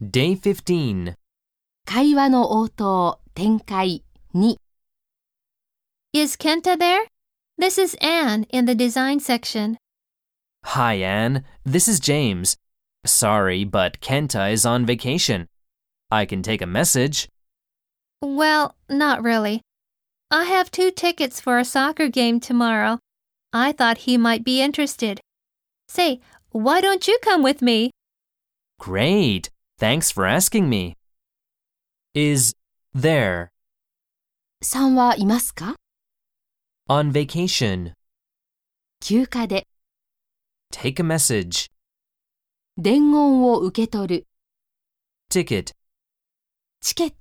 Day 15. 会話の応答、展開2、 Is Kenta there? This is Anne in the design section. Hi, Anne. This is James. Sorry, but Kenta is on vacation. I can take a message. Well, not really. I have two tickets for a soccer game tomorrow. I thought he might be interested. Say, why don't you come with me? Great. Thanks for asking me. Is there 3はいますか on vacation. 休暇で、 Take a message. 伝言を受け取る、 Ticket. チケッ